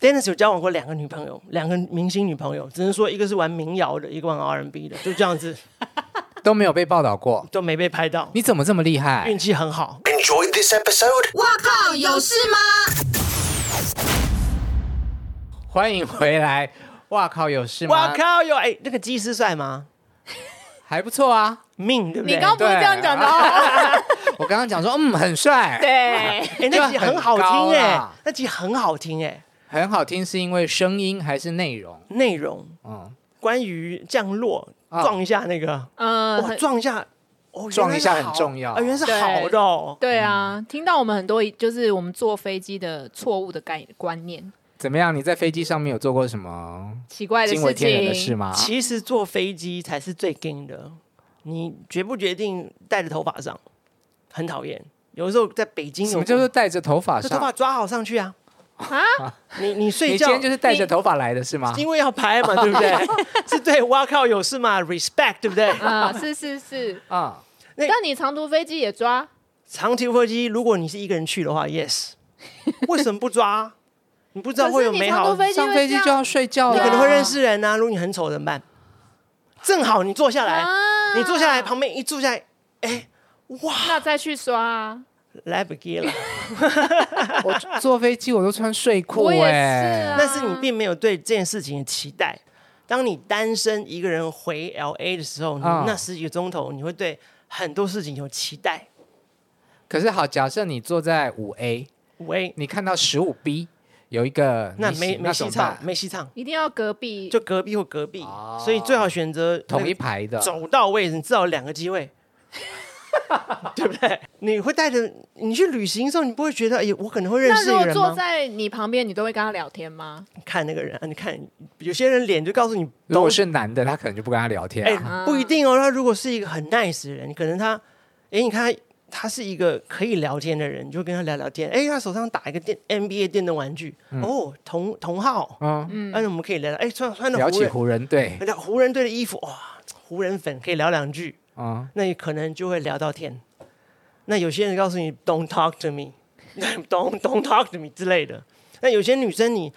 Dennis 有交往过两个女朋友，两个明星女朋友，只能说一个是玩民谣的，一个玩 R&B 的，就这样子都没有被报道过，都没被拍 到，你怎么这么厉害？运气很好。 Enjoyed this episode? 哇靠，有事吗？欢迎回来！哇靠，有事吗？哇靠哟！哎，那个技师帅吗？还不错啊！命对不对？你刚不是对这样讲的哦， 我刚刚讲说，嗯，很帅，， 对，哎，那集很好就很高啊听哎啦，那集很好听哎，很好听，是因为声音还是内容？内容嗯，关于降落啊呃撞一下那个，嗯，哇，很撞一下，哦，撞原来是一下很好重要啊，原来是好的哦。对啊，听到我们很多就是我们坐飞机的错误的概观念，怎么样？你在飞机上面有做过什么奇怪的惊为事天人的事情，吗？其实坐飞机才是最硬的，你决不决定戴在头发上，很讨厌。有时候在北京有，什么叫做戴着头发这头上？发抓好上去啊？啊，你你你睡今觉天就是戴着头发来的是吗？因为要拍 嘛，对不对？是对，哇靠，有事嘛？Respect，对不对？啊，是是是，啊，那但你长途飞机也抓，长途飞机，如果你是一个人去的话，Yes，为什么不抓？你不知道可会有是你美长好途，飞机上飞机就要睡觉了，你可能会认识人啊。如果你很丑怎么办？正好你坐下来，啊你坐下来，旁边一坐下来，哎，那再去刷啊，来不及了。我坐飞机我都穿睡裤我也哎、是啊，但是你并没有对这件事情的期待。当你单身一个人回 L A 的时候，你啊那十几个钟头，你会对很多事情有期待。可是好，假设你坐在五 A，喂，你看到十五 B 有一个那你喜没没那怎戏么唱办，？没戏唱，一定要隔壁就隔壁或隔壁，哦所以最好选择同一那排的个，走到位置，你至少有两个机 会，对不对？你会带着你去旅行的时候，你不会觉得，哎、我可能会认那识如一个果人坐吗？在你旁边，你都会跟他聊天吗？看那个人，啊你看有些人脸就告诉你，如果是男的，他可能就不跟他聊天、哎、啊。不一定哦。他如果是一个很 nice 的人，可能他，哎、你看他，他是一个可以聊天的人，你就跟他聊聊天。哎、他手上打一个电 NBA 电动玩具，哦，同同号，嗯，嗯，那、我们可以聊聊。哎、穿穿的聊湖起人，哎湖人队，聊湖人队的衣服，哇，湖人粉可以聊两句，嗯，那你可能就会聊到天。那有些人告诉你 “Don't talk to me”，“Don't don't talk to me” 之类的。那有些女生你，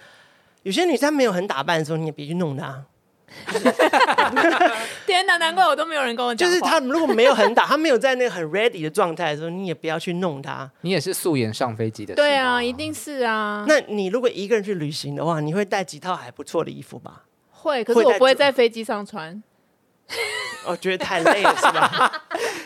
有些女生没有很打扮的时候，你也别去弄她。 天哪，难怪我都没有人跟我就讲话，是他如果没有很打，他没有在那个很 ready 的状态的时候，你也不要去弄他。你也是素颜上飞机的，对是吗啊，一定是啊，那你如果一个人去旅行的话，你会带几套还不错的衣服吧？会，可是会我带不会酒在飞机上穿，哦，觉得太累了是 吧？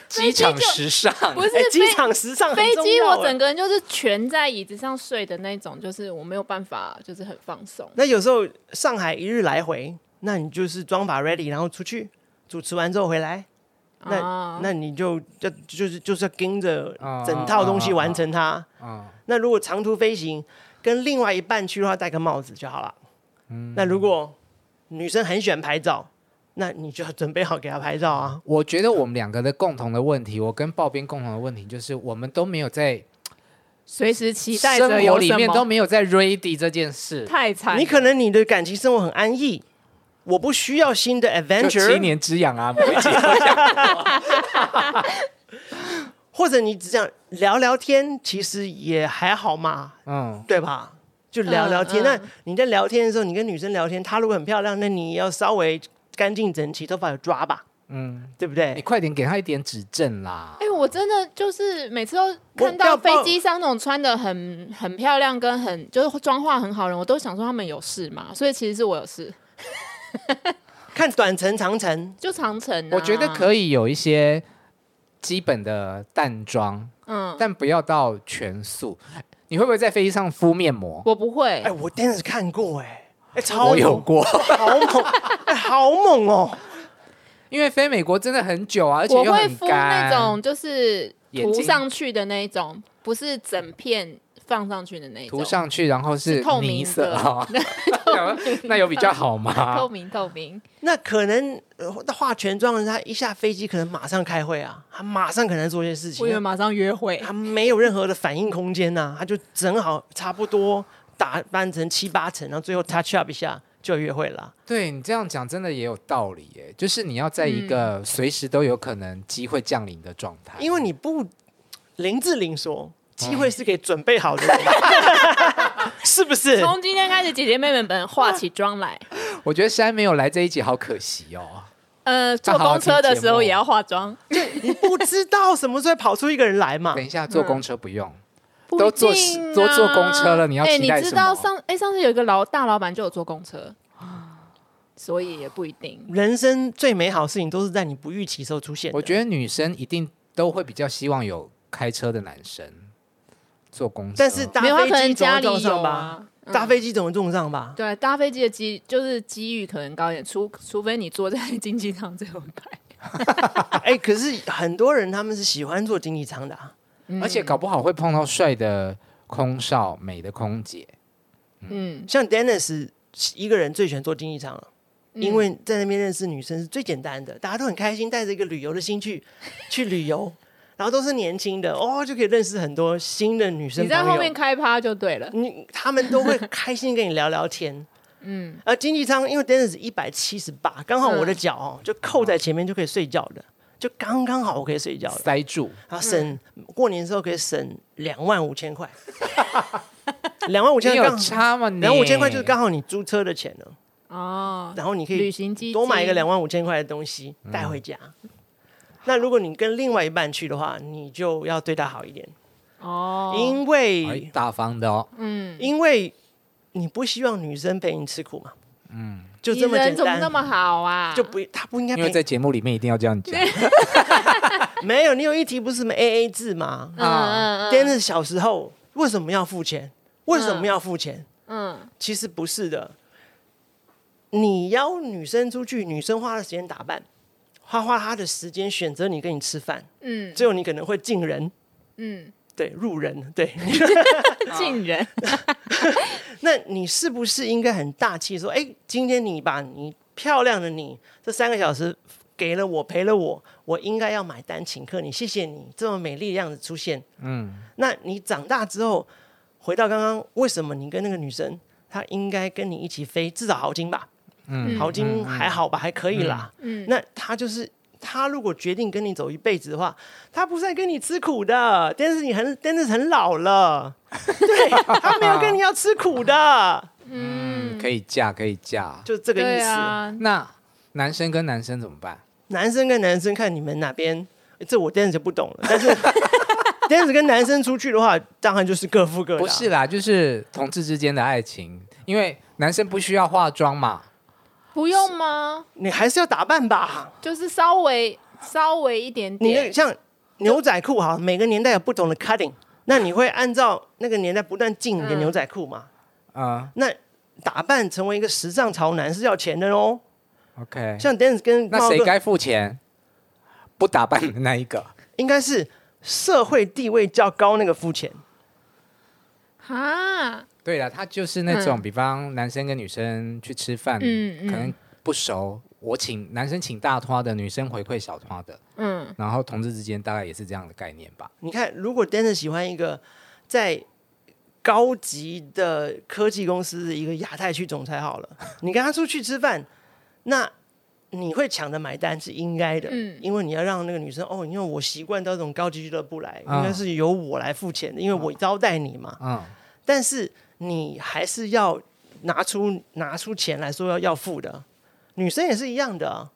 机场时尚，不是哎，机飞场时尚很飞重机，要我哎整个人就是蜷在椅子上睡的那种，就是我没有办法，就是很放松。那有时候上海一日来回，那你就是装法 ready，然后出去主持完之后回来。那、啊那你就就就是就是要跟着啊整套东西完成它。嗯，那如果长途飞行跟另外一半去的话，戴个帽子就好了。嗯那如果女生很喜欢拍照，那你就要准备好给她拍照啊。我觉得我们两个的共同的问题，我跟豹边共同的问题就是，我们都没有在随时期待着生活有里什面都么，没有在 ready 这件事，太惨了。你可能你的感情生活很安逸，我不需要新的就七 adventure，年之痒 啊，每一集都或者你只想聊聊天，其实也还好嘛，嗯，对吧？就聊聊天。嗯那你在聊天的时候，你跟女生聊天，她如果很漂亮，那你也要稍微干净整齐，头发有抓吧，嗯，对不你对？快点给他一点指正啦哎、。我真的就是每次都我看要到抱飞机上那种穿的很很漂亮跟很就是妆化很好的人，我都想说他们有事嘛，所以其实是我有事，看短程长程，就长城、啊。我觉得可以有一些基本的淡妆，嗯，但不要到全素。你会不会在飞机上敷面膜？我不会哎、，我真的是看过哎、哎、超我有过，好猛，哎、好猛哦！ 因为飞美国真的很久啊，而且我又会很敷干那种就是眼涂睛上去的那一种，不是整片放上去的那一种，涂上去，然后是是透明泥色的 啊。 那有比较好透吗？明透明。那可能呃化全妆的人，他一下飞机可能马上开会啊，他马上可能做一些事我以为情，马上约会，他没有任何的反应空间呐、他就正好差不多打扮成七八成，然后最后 touch up 一下就约会了。对你这样讲真的也有道理耶，就是你要在嗯一个随时都有可能机会降临的状态，因为你不林志玲说，机会是给准备好的人， 是不是？ 从今天开始，姐姐妹妹们化起妆 来。我觉得珊没有来这一集，好可惜哦。呃，坐那好好公车听的哦节时候目也要化妆，你不知道什么时候会跑出一个人来嘛等？一下嗯坐公车不用，不都一坐定都坐啊公车了你要哎期待你知什道么上哎、上次有一个老大老板就有坐 公车，所以也不一定。人生最美好的事情都是在你不预期时候出嗯现的。我觉得女生一定都会比较希望有开车的男生坐公车，但是啊搭没有，他飞可能机总家会里撞有上吧？啊。搭飞机总会撞上吧？对，搭飞机的机就是机遇可能高一点，除除非你坐在经济舱最后一排。 哎，可是很多人他们是喜欢坐经济舱的啊。而且搞不好会碰到帅的空少、美的空姐。嗯，像 Dennis 一个人最喜欢坐经济舱了。啊嗯因为在那边认识女生是最简单的，大家都很开心，带着一个旅游的心 去去旅游，然后都是年轻的哦，就可以认识很多新的女生你在朋后友面开趴就对了。你他们都会开心跟你聊聊 天。嗯，而经济舱因为 Dennis 一百七十八，刚好嗯我的脚哦就扣在前面就可以睡觉的，就刚刚好我可以睡觉嗯了。塞住，然后省、过年的时候可以省两万五 千块，两万五千你块有刚好，差吗？你两万五千块就是刚好你租车的钱了，哦，然后你可旅以行嗯机多买一个两万五千块的东西带回家。那如果你跟另外一半去的话，你就要对他好一点，哦，嗯因为、哎大方的哦，因为你不希望女生陪你吃苦嘛，嗯，就你这么人简怎么那单，么好啊？就不他不应该因为陪在你。节目里面一定要这样讲。没有，你有一题不是什么 A A 制吗？嗯 嗯嗯但是小时候为什么要付钱？为什么要付钱？嗯，其实不是的，你邀女生出去，女生花的时间打扮，花花她的时间选择你跟你吃饭，嗯最后你可能会进人，嗯，对路人，对，啊近人，那你是不是应该很大气说，哎、今天你把你漂亮的你这三个小时给了我，陪了我，我应该要买单请客你，谢谢你这么美丽的样子出现。嗯，那你长大之后，回到刚刚，为什么你跟那个女生，她应该跟你一起飞，至少豪金吧？嗯豪金还好吧，还可以啦。嗯那她就是。她如果决定跟你走一辈子的话，她不是在跟你吃苦的，但是你很，但是很老了，对，她啊没有跟你要吃苦的，嗯，可以嫁，可以嫁。就这个意对思。啊，那男生跟男生怎么办？男生跟男生看你们哪边，诶这我 d a 就不懂了。但是 d a 跟男生出去的话，当然就是各付各的啊、不是啦，就是同志之间的爱情，因为男生不需要化妆嘛，不用吗？你还是要打扮吧。就是稍微稍微一点你那点，像牛仔裤哈，每个年代有不同的 cutting，那你会按照那个年代不断进你的嗯牛仔裤嘛？嗯那打扮成为一个时尚潮男是要钱的哦。 ，OK。像 d a 跟那猫谁哥该付钱？不打扮的那一个，应该是社会地位较高那个付钱。哈，对了，他就是那种，嗯比方男生跟女生去吃饭，嗯嗯可能不熟，我请男生请大拖的，女生回馈小拖的，嗯，然后同志之间大概也是这样的概念吧。你看，如果 d a n n e r 喜欢一个在高级的科技公司的一个亚太区总裁好了，你跟他出去吃饭，那你会抢着买单是应该的，嗯因为你要让那个女生哦，因为我习惯到这种高级俱乐部来，啊应该是由我来付钱的，因为我招待你嘛。嗯，但是你还是要拿出拿出钱来说要要付的，女生也是一样的啊、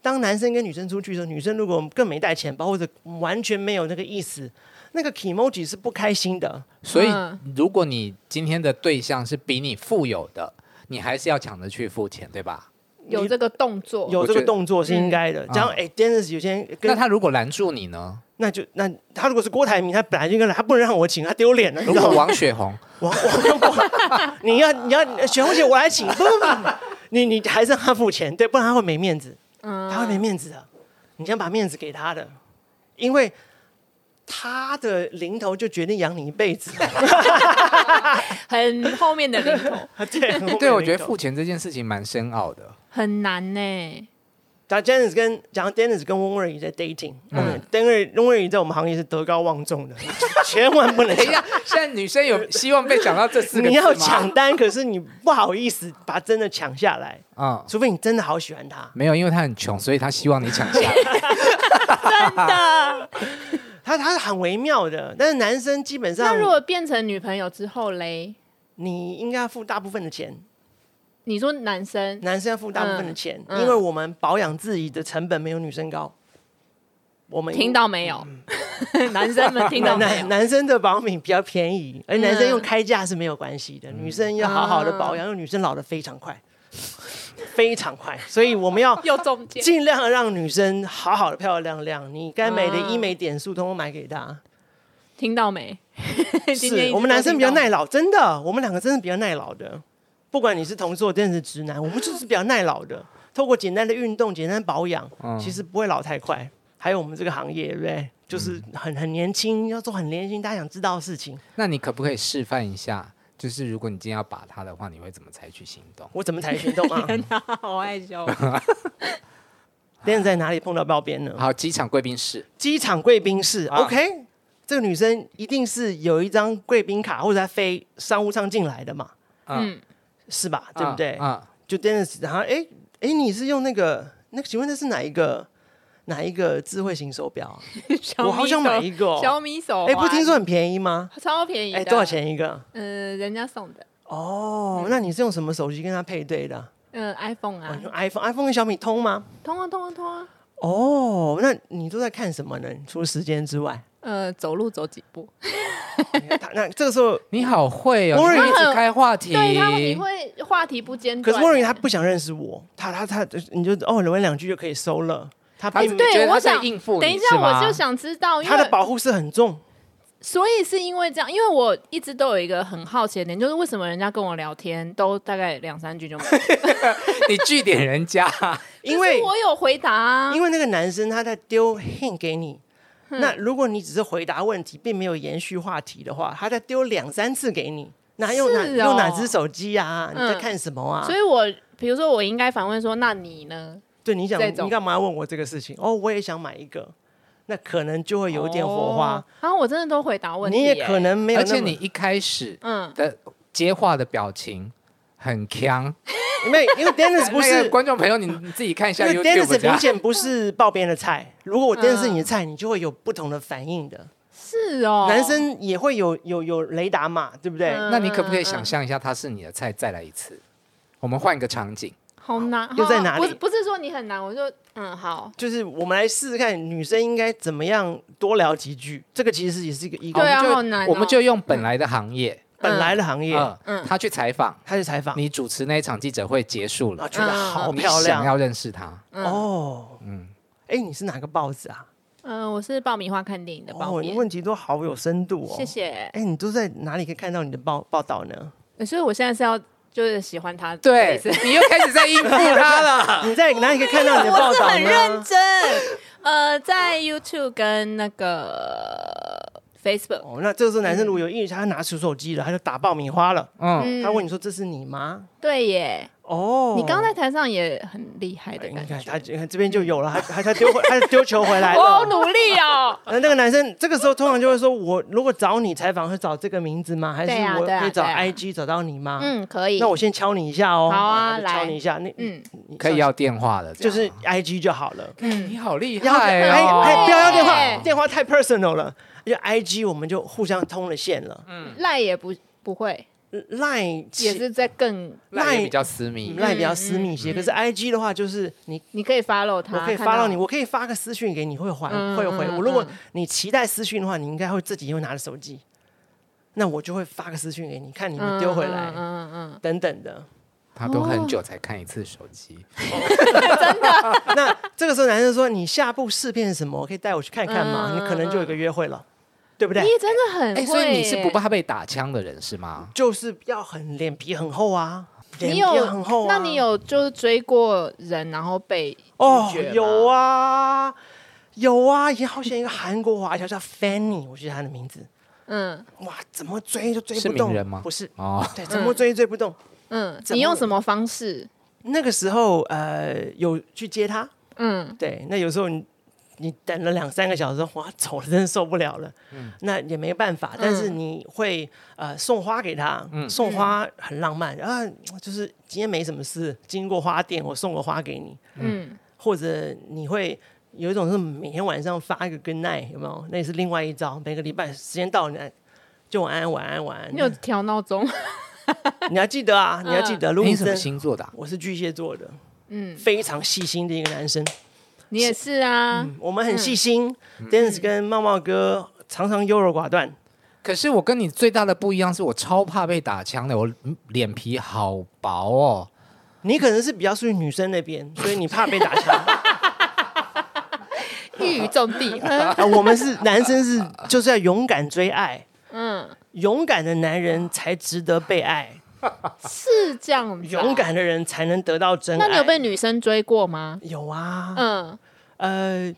当男生跟女生出去的时候，女生如果更没带钱包或者完全没有那个意思，那个 emoji 是不开心的。所以嗯如果你今天的对象是比你富有的，你还是要抢着去付钱，对吧？有这个动作，有这我觉个得动作是应该的。讲啊哎，Dennis 有些人那跟他如果拦住 你呢？那就那他如果是郭台铭，他本来就应该来，他不能让我请，他丢脸了，你如知道果吗？王雪 红，王王王， 你要你要雪红姐我来请，不不不，你你还是让他付钱，对，不然他会没面子。嗯，他会没面子的。你先把面子给他的，因为他的零头就决定养你一辈子。 很后面的领 头对，对我觉得付钱这件事情蛮深奥的。很难呢、讲 Dennis 跟讲 Dennis 跟翁瑞宇在 dating，嗯，Dennis 翁瑞翁瑞宇在我们行业是德高望重 的，千万不能等一。下，哎现在女生有希望被讲到这四 个你字要吗抢单，可是你不好意思把真的抢下来，嗯，除非你真的好喜欢他。没有，因为他很穷，所以他希望你抢下来。 他他是很微妙的，但是男生基本上那如果变成女朋友之后嘞，你应该要付大部分的钱，你说男生男生要付大部分的钱，嗯嗯因为我们保养自己的成本没有女生高。我们听到没有？嗯 男生们听到没男有？嗯男生的保养品比较便宜，而男生用开架是没有关系的，女生要好好的保养，因为女生老的非常快，非常快，所以我们要又中间，尽量让女生好好的漂漂亮亮，你该美的医美点数通通买给她。听到 没？今天一是直我们男生比较耐都劳，真的，我们两个真的比较耐劳的。不管你是同事或真的是直男，我们就是比较耐劳的。透过简单的运动、简单的保养，嗯其实不会老太快。还有我们这个行业，对不对？就是嗯很很年轻，要做很年轻，大家想知道的事情，那你可不可以示范一下？就是如果你今天要把它的话，你会怎么采取行动？我怎么 才运动啊？听到，好害羞。别人在哪里碰到包边呢？好，机场贵宾室，机场贵宾室、啊 o k 这个女生一定是有一张贵宾卡，或者她飞商务舱进来的嘛，嗯，是吧？对不啊对？啊，就 Dennis，然后哎哎，你是用那个那个？请问那是哪一个哪一个智慧型手表啊、 小我好想米手买一个哦小米手哎，环，不听说很便宜吗？超便宜的？哎，多少？钱一个？嗯，人家送的，哦，那你是用什么手机跟它配对的啊？嗯，iPhone 哦嗯啊你，用 iPhone，iPhone 跟小米通吗？通啊通啊通啊，哦，那你都在看什么呢？除了时间之 外，呃，走路走几步，他那这个时候，你好会哦，我以你为可以一直开话题，对他你会话题不间可断。是莫瑞他不想认识我，他他他，你就哦，聊完两句就可以收了。他他并是没有觉对得我他在想应付你等一是下，吗我就想知道，因他的为保护色很重，所以是因为这样，因为我一直都有一个很好奇的点，就是为什么人家跟我聊天都大概两三句就没了，你据点人家， 因为我有回答啊，因为那个男生他在丢 hint 给你。那如果你只是回答问题，并没有延续话题的话，他再丢两三次给你，那用哪、是哦用哪只手机啊？你嗯在看什么啊？所以我比如说我应该反问说，那你呢？对，你想这种你干嘛要问我这个事情？哦，我也想买一个，那可能就会有一点火花哦。。然后我真的都回答问题你耶、也可能没有而那么，且你一开始嗯，的接话的表情很强，因为因为 Dennis 不那是个观众朋友，你你自己看一下因为 Dennis YouTube 这明样显不是爆边的菜。如果我 Dennis 是你的菜，你就会有不同的反应的。是哦，男生也会有有有雷达嘛，对不对？嗯那你可不可以想象一下，他是你的菜，再来一次？我们换一个场景，好难，又在哪里不是不是说你很难，我就嗯好。就是我们来试试看，女生应该怎么样多聊几句。这个其实也是一个一个对啊我们就好难哦我们就用本来的行业，本来的行业，嗯，嗯他去采访，他去采访，你主持那一场记者会结束啊，了，觉得好你漂想亮要认识他，哦，嗯，哎，你是哪个报纸啊？嗯、我是爆米花看电影的爆哦，你米、问题都好有深度哦，谢。谢。哎，你都在哪里可以看到你的报报道 呢？所以我现在是要就是喜欢他，对是你又开始在应付 他了。你在哪里可以看到你的报我是道很认呢？真。呃，在 YouTube 跟那个 Facebook，哦，那这时候男生如果有意他拿出手机了，他就打爆米花了。嗯，嗯他问你说：“这是你吗对耶，？”哦，你刚在台上也很厉害的哎你感觉看，他这边就有了，他他他丢回他丢球回来了。我好努力 哦。那那个男生这个时候通常就会说：“我如果找你采访，会找这个名字吗？还是对啊我对啊可以找对啊 IG 找到你吗？”嗯，可以。那我先敲你一下哦。好啊我就敲来你一下，那嗯你可以啊要电话了，就这是样 IG 就好了。你好厉嗯要还害哦！还不要要电话，对电话太 personal 了。就 IG 我们就互相通了线了。赖也不不会， Line 嗯也是嗯在更那也比 Line 较私密， Line 比较私密一些，可是 IG 的话就是你。你可以 follow 他，我可以啊看发到你，我可以发个私讯给你，会还嗯会回嗯我。如果嗯你期待私讯的话，你应该会自己会拿着手机，那我就会发个私讯给你，看你们嗯丢回嗯来嗯嗯等等的。他都很久才看一次手机。哦那这个时候男生说：“你下部试片是什么？可以带我去看看吗？”嗯嗯你可能就有一个约会了，对不对嗯，？你真的很哎，会，所以你是不？怕被打枪的人是吗？就是要很脸皮很厚啊，脸你皮有很厚啊。那你有就是追过人，然后被哦拒绝？吗有啊，有啊！以前好像一个韩国华侨叫 Fanny，我记得她的名字。嗯哇，怎么追都追是不名动，人吗不是，哦，对，怎么追都追不动？嗯，怎么你用什么方式？那个时候呃有去接他，嗯，对，那有时候你你等了两三个小时，哇，走了，真的受不了了，那也没办法，但是你会呃送花给他，送花很浪漫，然后就是今天没什么事，经过花店我送个花给你，嗯，或者你会。有一种是每天晚上发一个 good night，有没有？那也是另外一招。每个礼拜时间到，你按就晚安，晚安，晚安。你有调闹钟？ 你要记得啊，你要记得。如果你你嗯什真么的星座的啊、我是巨蟹座的，嗯，非常细心的一个男生。你也是啊，我们很细心、d e n n i s 跟茂茂哥常常优柔寡断。可是我跟你最大的不一样是我超怕被打枪的，我脸皮好薄哦。你可能是比较属于女生那边，所以你怕被打枪。 一 语中的。啊，我们是男生是就是要勇敢追爱，嗯，勇敢的男人才值得被爱，是这样子啊勇。敢的人才能得到真爱。那你有被女生追过吗？有啊？嗯， 呃，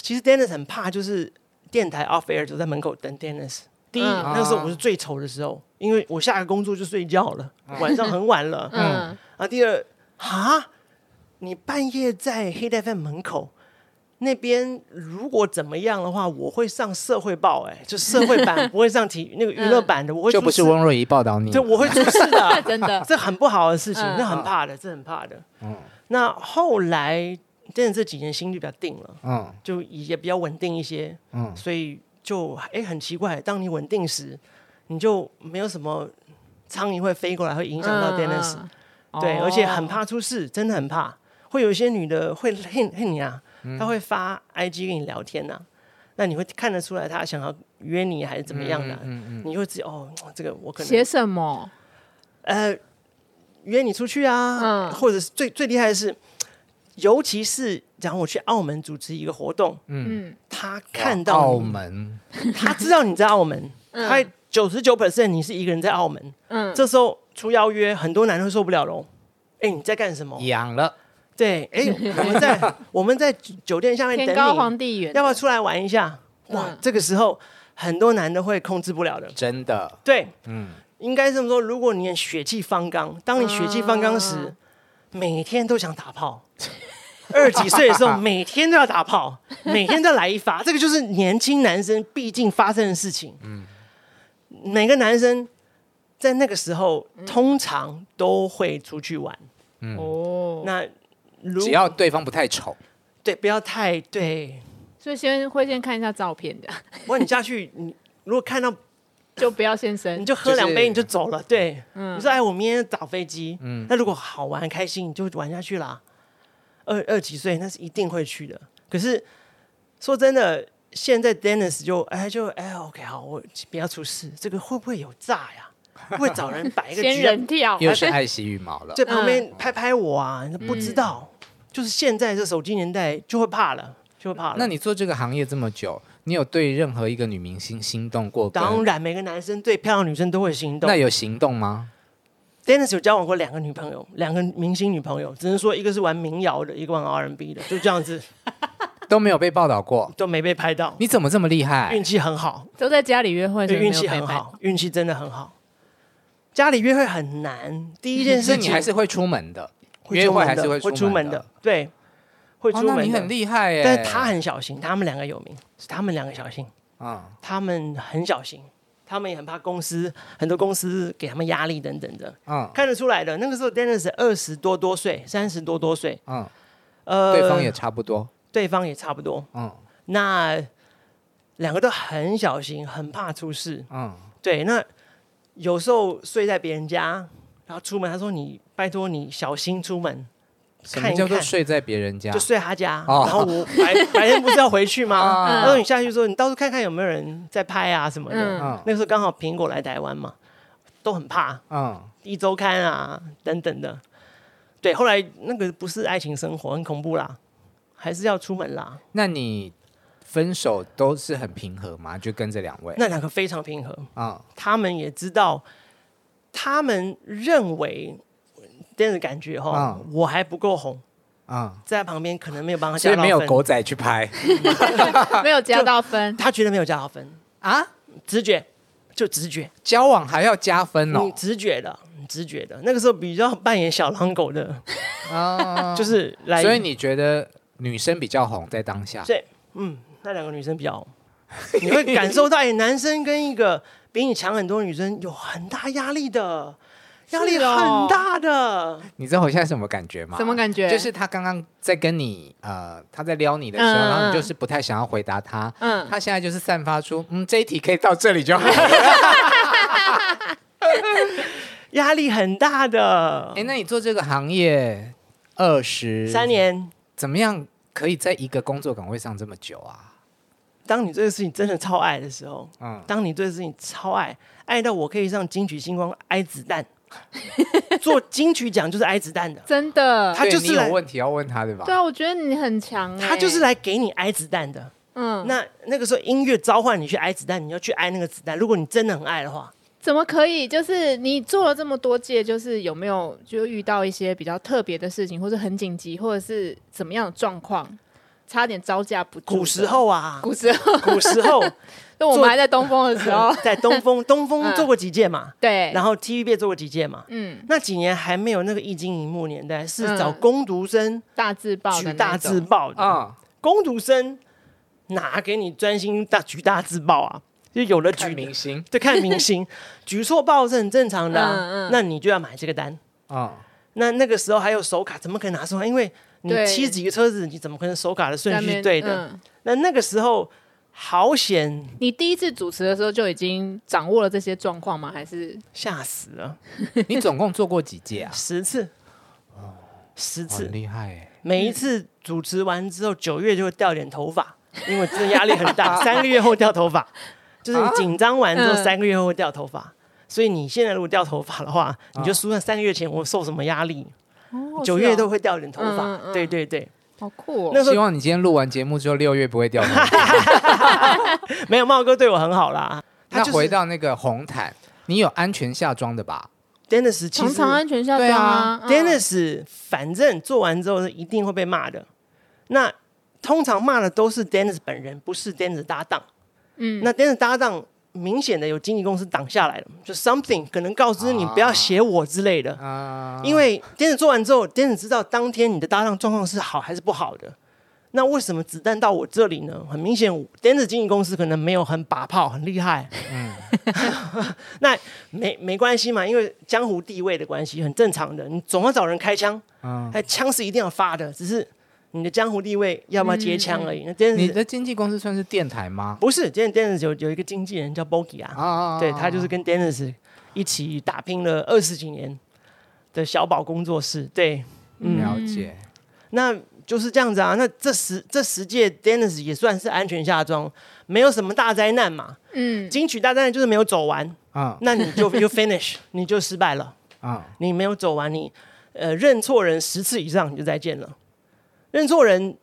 其实 Dennis 很怕，就是电台 off air 就在门口等 Dennis。第一，嗯那时候我是最丑的时候，因为我下个工作就睡觉了，晚上很晚了。 嗯，，啊，第二，哈，你半夜在黑带饭门口那边，如果怎么样的话，我会上社会报、哎，就社会版不会上体那个娱乐版的，我会就出不是事温若仪报道你对，，我会出事的 真的，这很不好的事情，嗯那很怕的，这很怕的。嗯那后来真的这几年心就比较定了，嗯就也比较稳定一些，嗯所以就哎很奇怪，当你稳定时，你就没有什么苍蝇会飞过来会影响到 Dennis，、嗯对，哦而且很怕出事，真的很怕。会有一些女的会恨恨你啊，她会发 IG 跟你聊天呐、那你会看得出来她想要约你还是怎么样的啊、你会知哦，这个我可写能什么？呃约你出去啊，嗯或者是最最厉害的是，尤其是然后我去澳门主持一个活动，嗯，她看到澳你门，他知道你在澳门，他九十九 percent 你是一个人在澳门，嗯这时候出邀约，很多男人会受不了喽。哎、你在干什么？痒了，对，哎、我们 在我们在酒店下面等天高你，皇帝远，要不要出来玩一下？哇，嗯这个时候很多男的会控制不了的。真的，对，嗯，应该这么说，如果你血气方刚，当你血气方刚时，啊嗯每天都想打炮。 二十几岁的时候，每天都要打炮，每天都要来一发，这个就是年轻男生必定发生的事情。嗯，每个男生在那个时候通常都会出去玩。哦，那如只要对方不太丑，对，不要太对。所以先会先看一下照片的，不然你下去，你如果看到就不要先你生。就喝两就杯是嗯你就走了。对，你说哎，我明天早飞机。那如果好玩开心，你就玩下去啦。二二几岁那是一定会去的。可是说真的，现在 Dennis 就哎就哎 OK 好，我不要出事。这个会不会有诈呀？会不会找 人摆一个仙局啊在人跳，啊又是爱惜羽毛了。在旁嗯边拍拍我啊？你说不知道，就是现在这手机年代就会怕了，就会怕了。那你做这个行业这么久，你有对任何一个女明星心动过？当，然，每个男生对漂亮女生都会心动那。有行动吗？ Dennis 有交往过两个女朋友，两个明星女朋友，只能说一个是玩民谣的，一个玩 R&B 的，就这样子都没有被报道过， 都没被拍到，你怎么这么厉害运？气很好，都在家里约会，对，所以没运有气很陪伴。好，运气真的很好。家里约会很难，第一件所事以你情还是会出门的，会约出会门还是的会出门门的，。对，会哦出，那门你的很厉害耶！但是他很小心，他们两个有名，是他们两个小心，啊，他们很小心，他们也很怕公司，很多公司给他们压力等等的，嗯看得出来的。那个时候 Dennis 二十多多岁，三十多多岁，嗯，呃，对方也差不多，对方也差不多。嗯那两个都很小心，很怕出事。嗯，对，那有时候睡在别人家，然后出门，他说你拜托你小心出门，什看么一叫做看睡在别人家就？睡他家。哦然后我白白天不是要回去吗？ 啊他说你下去说你到处看看有没有人在拍啊什么的。嗯，嗯那个时候刚好苹果来台湾嘛，都很怕嗯，一周刊啊等等的。对，后来那个不是爱情生活，很恐怖啦，还是要出门啦。那你分手都是很平和吗？就跟这两位？那两个非常平衡。嗯他们也知道，他们认为这的感觉哈，嗯我还不够红，嗯，在旁边可能没有帮他所加以到没有分，狗仔 去拍没有加到分，他觉得没有加到分，啊？直觉就直觉，交往还要加分你哦？直觉的，你直觉的。那个时候比较扮演小狼狗的， 啊，就是来，所以你觉得女生比较红在当下？对，嗯，那两个女生比较红，你会感受到，哎，男生跟一个比你强很多的女生有很大压力的。压力是哦很大的，你知道我现在什么感觉吗？什么感觉就是他刚刚在跟你呃，他在撩你的时候，嗯嗯然后你就是不太想要回答他。嗯他现在就是 散发出，嗯，这一题可以到这里就好了。压力很大的嗯哎，。那你做这个行业二十三，年，怎么样可以在一个工作岗位上这么久啊？当你这个事情真的超爱的时候，嗯，当你对这事情超爱，爱到我可以上金曲星光挨子 弹，做金曲奖就是挨子弹的，真的他。对就是你来有问题要问他对吧？对啊，我觉得你很强、欸。他就是，来给你挨子弹的。嗯，那那个时候音乐召唤你去挨子弹，你要去挨那个子弹。如果你真的很爱的话，怎么可以？就是你做了这么多届，就是有没有就遇到一些比较特别的事情，或者很紧急，或者是怎么样的状况，差点招架不住的？古时候啊，古时候，古时 候就我们还在东风的时 候，在东风，东风做过几届嘛，嗯对，然后后 TVB 也做过几届嘛。嗯，那几年还没有那个一金一幕年代，是嗯找工读生大字报的举那大字种，哦报的。啊，工读生哪给你专心大举大自爆啊？就有了举看明星，就看明 星举错报是很正常的、啊，嗯嗯那你就要买这个单。 嗯，那那个时候还有手卡，怎么可能拿出来？因为你对七十几个车子，你怎么可能手卡的顺在序那是边对的？嗯那那个时候好险，你第一次主持的时候就已经掌握了这些状况吗？还是吓死了，？你总共做过几届啊十次，十次很，厉害哎，嗯每一次主持完之后，九月就会掉点头发，因为真的压力很 大，三个月后掉头发，就是你紧张完之后嗯三个月后会掉头发。所以你现在如果掉头发的话，你啊就算三个月前我受什么压力，哦九月都会掉点头哦嗯发。嗯对对对，好酷哦，那时希候望你今天录完节目之后，六月不会掉头 发。没有茂哥对我很好啦，他那就是回到那个红毯，你有安全下装的吧？ Dennis 其常实常安全下装对啊啊 Dennis 反正做完之后是一定会被骂的。那通常骂的都是 Dennis 本人，不是 Dennis 搭档。嗯那 Dennis 搭档明显的有经纪公司挡下来了，就 something 可能告知你啊不要写我之类的。啊，因为 Dennis 做完之后，Dennis 知道当天你的搭档状况是好还是不好的。那为什么子弹到我这里呢？很明显，Dennis 经纪公司可能没有很把炮，很厉害。嗯 那没没关系嘛，因为江湖地位的关系，很正常的。你总要找人开枪，嗯哎，枪是一定要发的，只是你的江湖地位要不要接枪而已。那 Dennis 嗯你的经纪公司算是电台吗？不是，今天 Dennis 有有一个经纪人叫 Bogie 啊，啊对他就是跟 Dennis 一起打拼了二十几年的小宝工作室，对，了解。那就是这样子啊。那这十这十届 Dennis 也算是安全下装，没有什么大灾难嘛。嗯，金曲大灾难就是没有走完，嗯那你就 就 finish，你就失败了，嗯，你没有走完，你呃认错人十次以上你就再见了，认错人。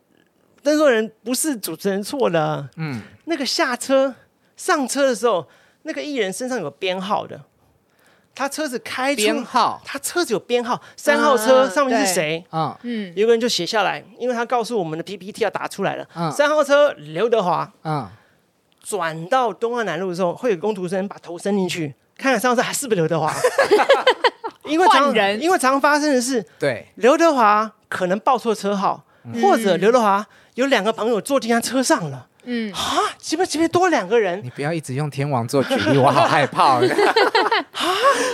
认错人不是主持人错的啊，嗯，那个下车上车的时候，那个艺人身上有编号的，他车子开出编号，啊他车子有编号，三号车嗯上面是对谁？嗯嗯，有个人就写下来，因为他告诉我们的 PPT 要打出来了。嗯三号车刘德华嗯，转到东岸南路的时候，会有工读生把头伸进去，看看三号车还是不是刘德华。因为常换人因为常发生的是对，刘德华可能报错车号，或者刘德华有两个朋友坐进他车上了。嗯啊，前面前面多两个人，你不要一直用天王做举例，我好害怕哦。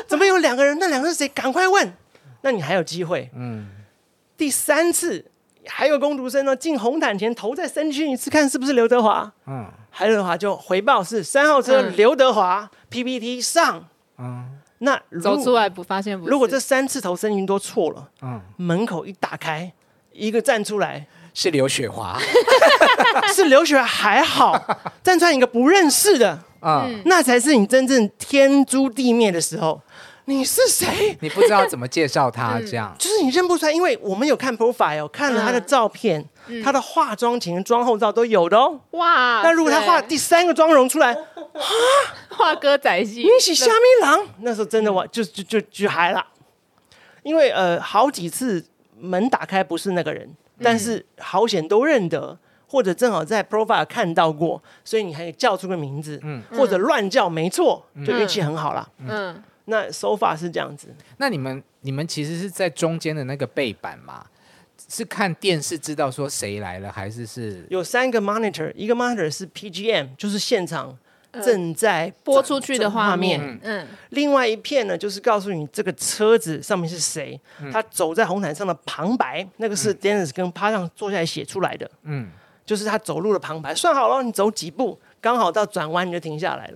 怎么有两个人？那两个是谁？赶快问。那你还有机会。嗯，第三次还有工读生呢，进红毯前头再伸进去一次，看是不是刘德华。嗯还有的话就回报是三号车嗯刘德华、PPT 上。嗯那如走出来不发现不是，如果这三次投身云都错了，嗯，门口一打开，一个站出来 是刘雪华。是刘雪还好， 站出来一个不认识的，嗯，那才是你真正天诛地灭的时候。你是谁？你不知道怎么介绍他这样。就是你认不出来，因为我们有看 profile，看了他嗯的照片，他的化妆前、妆后照都有的哦。哇，那如果他画啊对第三个妆容出来，你画歌仔戏，是虾米郎，那时候真的我就就就就嗨了，因为呃好几次门打开不是那个人，但是好险都认得，或者正好在 profile 看到过，所以你还叫出个名字，或者乱叫没错，就运气很好啦。嗯，那手法是这样子，那你们你们其实是在中间的那个背板嘛？是看电视知道说谁来了，还是是有三个 monitor，一个 monitor 是 PGM，就是现场正在呃播出去的画正面，嗯，另外一片呢，就是告诉你这个车子上面是谁，他走在红毯上的旁白，那个是 Dennis 跟趴上坐下来写出来的，嗯就是他走路的旁白，算好了，你走几步，刚好到转弯你就停下来了。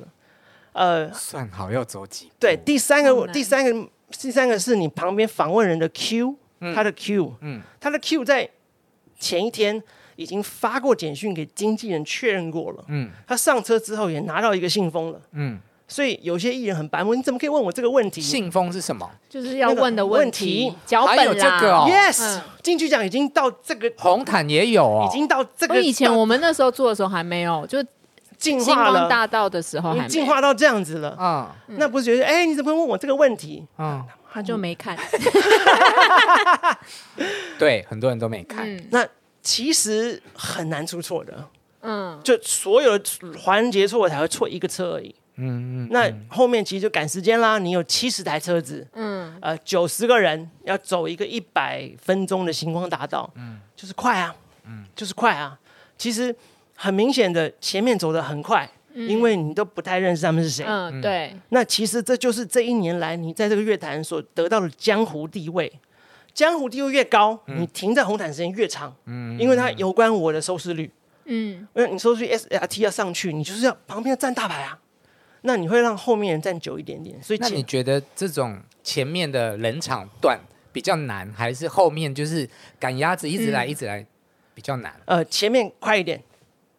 呃，算好要走几？对，第三个好难第三个第三个是你旁边访问人的 Q，他的 Q，嗯他的 Q 在前一天已经发过简讯给经纪人确认过了，嗯他上车之后也拿到一个信封了。嗯，所以有些艺人很白目，你怎么可以问我这个问题信封是什么？就是要那个问的问题题，脚还有本啦。这个哦？Yes，嗯金曲奖已经到这个，已红毯也有哦，经到这我个，以前我们那时候做的时候还没有，就进星化光了，大道的时候已还经进没化到这样子了，嗯那不是觉得哎，你怎么会问我这个问题？嗯，他就没看。对，很多人都没看。嗯那其实很难出错的，嗯，就所有的环节错我才会错一个车而已。嗯嗯，那后面其实就赶时间啦，你有七十台车子，嗯，呃，九十个人要走一个一百分钟的星光大道，嗯，就是快啊，嗯，就是快啊。其实很明显的，前面走得很快，因为你都不太认识他们是谁。嗯，对，那其实这就是这一年来你在这个乐坛所得到的江湖地位。江湖地位越高，嗯你停在红毯时间越长，嗯，因为它有关我的收视率。嗯，那你收视率 SRT 要上去，你就是要旁边要站大牌啊，那你会让后面人站久一点点。所以那前你觉得这种前面的冷场段比较难，还是后面就是赶鸭子一直来一直来比较难？呃，前面快一点，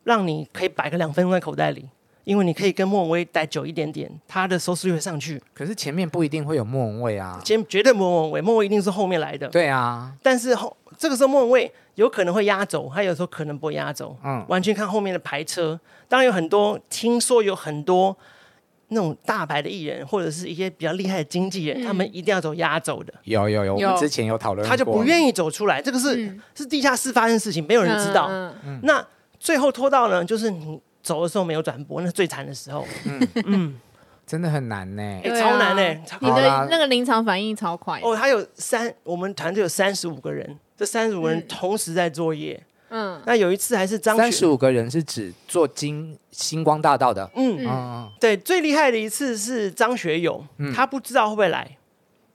让你可以摆个两分钟在口袋里，因为你可以跟莫文蔚待久一点点，他的收视率会上去。可是前面不一定会有莫文蔚啊。先绝对莫文蔚，莫文蔚一定是后面来的。对啊，但是后这个时候莫文蔚有可能会压轴，他有时候可能不会压轴，嗯完全看后面的排车。当然有很多，听说有很多那种大牌的艺人或者是一些比较厉害的经纪嗯人，他们一定要走压轴的。有有有，我们有之前有讨论过，他就不愿意走出来，这个是、嗯是地下室发生的事情，没有有人知道。嗯嗯那最后拖到呢，就是你走的时候没有转播，那是最惨的时候，嗯真的很难呢哎、。对啊超难哎、超你好啦的那个临场反应超快。哦，他有三，我们团队有三十五个人，这三十五个人嗯同时在作业。嗯，那有一次还是张三学十，五个人是指做金星光大道的，嗯，嗯嗯，对，最厉害的一次是张学友，他不知道会不会来，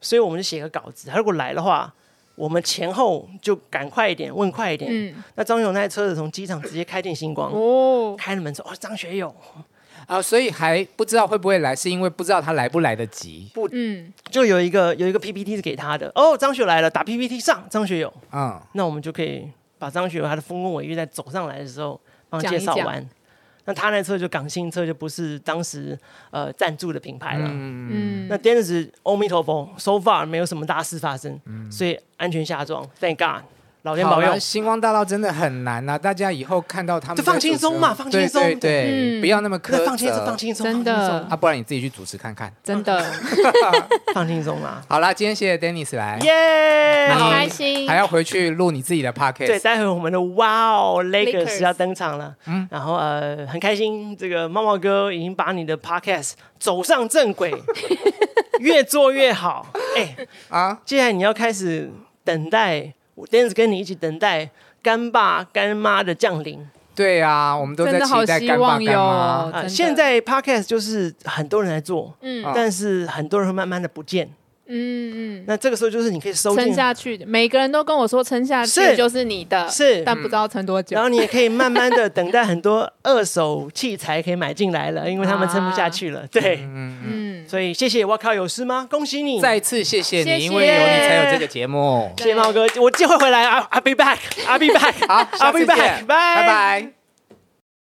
所以我们就写个稿子，他如果来的话，我们前后就赶快一点，问快一点。嗯那张学友那台车子从机场直接开进星光，哦，开了门说：“哦，张学友，啊，所以还不知道会不会来，是因为不知道他来不来得及。嗯，就有一个有一个 PPT 是给他的，哦，张学友来了，打 PPT 上张学友，嗯，那我们就可以把张学友他的丰功伟业在走上来的时候帮他介绍讲一讲完。那他那车就港星车，就不是当时呃赞助的品牌了。嗯那 Dennis 阿弥陀佛，so far 没有什么大事发生，所以安全下装，Thank God，老啊天好保佑了，。星光大道真的很难啊！大家以后看到他们就在放主持轻松嘛人放轻松对对对嗯不要那么苛那责，放轻松，放轻松，真的放轻松啊，不然你自己去主持看看。真的嗯 放轻松啦！好啦，今天谢谢 Dennis 来，耶！好你开心还要回去录你自己的对， podcast。待会我们的哇哦 Lakers 嗯 Lakers 要登场了，然后呃很开心，这个猫猫哥已经把你的 podcast 走上正 轨，越做越好。哎、啊，接下来你要开始等待我 Dance 跟你一起等待干爸干妈的降临对啊，我们都真在的好期待希干爸望干哟妈。。啊、哦真的现在 podcast 就是很多人来做，嗯啊但是很多人会慢慢的不见，嗯嗯，那这个时候就是你可以收撑进。下去，每个人都跟我说撑下去是就是你的，是嗯但不知道撑多久然。后你也可以慢慢的等待很多二手器材可以买进来了，因为他们啊撑不下去了。对，嗯，所以谢谢，我靠，有事吗？恭喜你，再次谢谢谢你，谢因为有你才有这个节目。谢谢猫哥，我就会回来，I'll I'll be back，I'll be back， 好，下 I'll 次 be 见， back，拜。拜。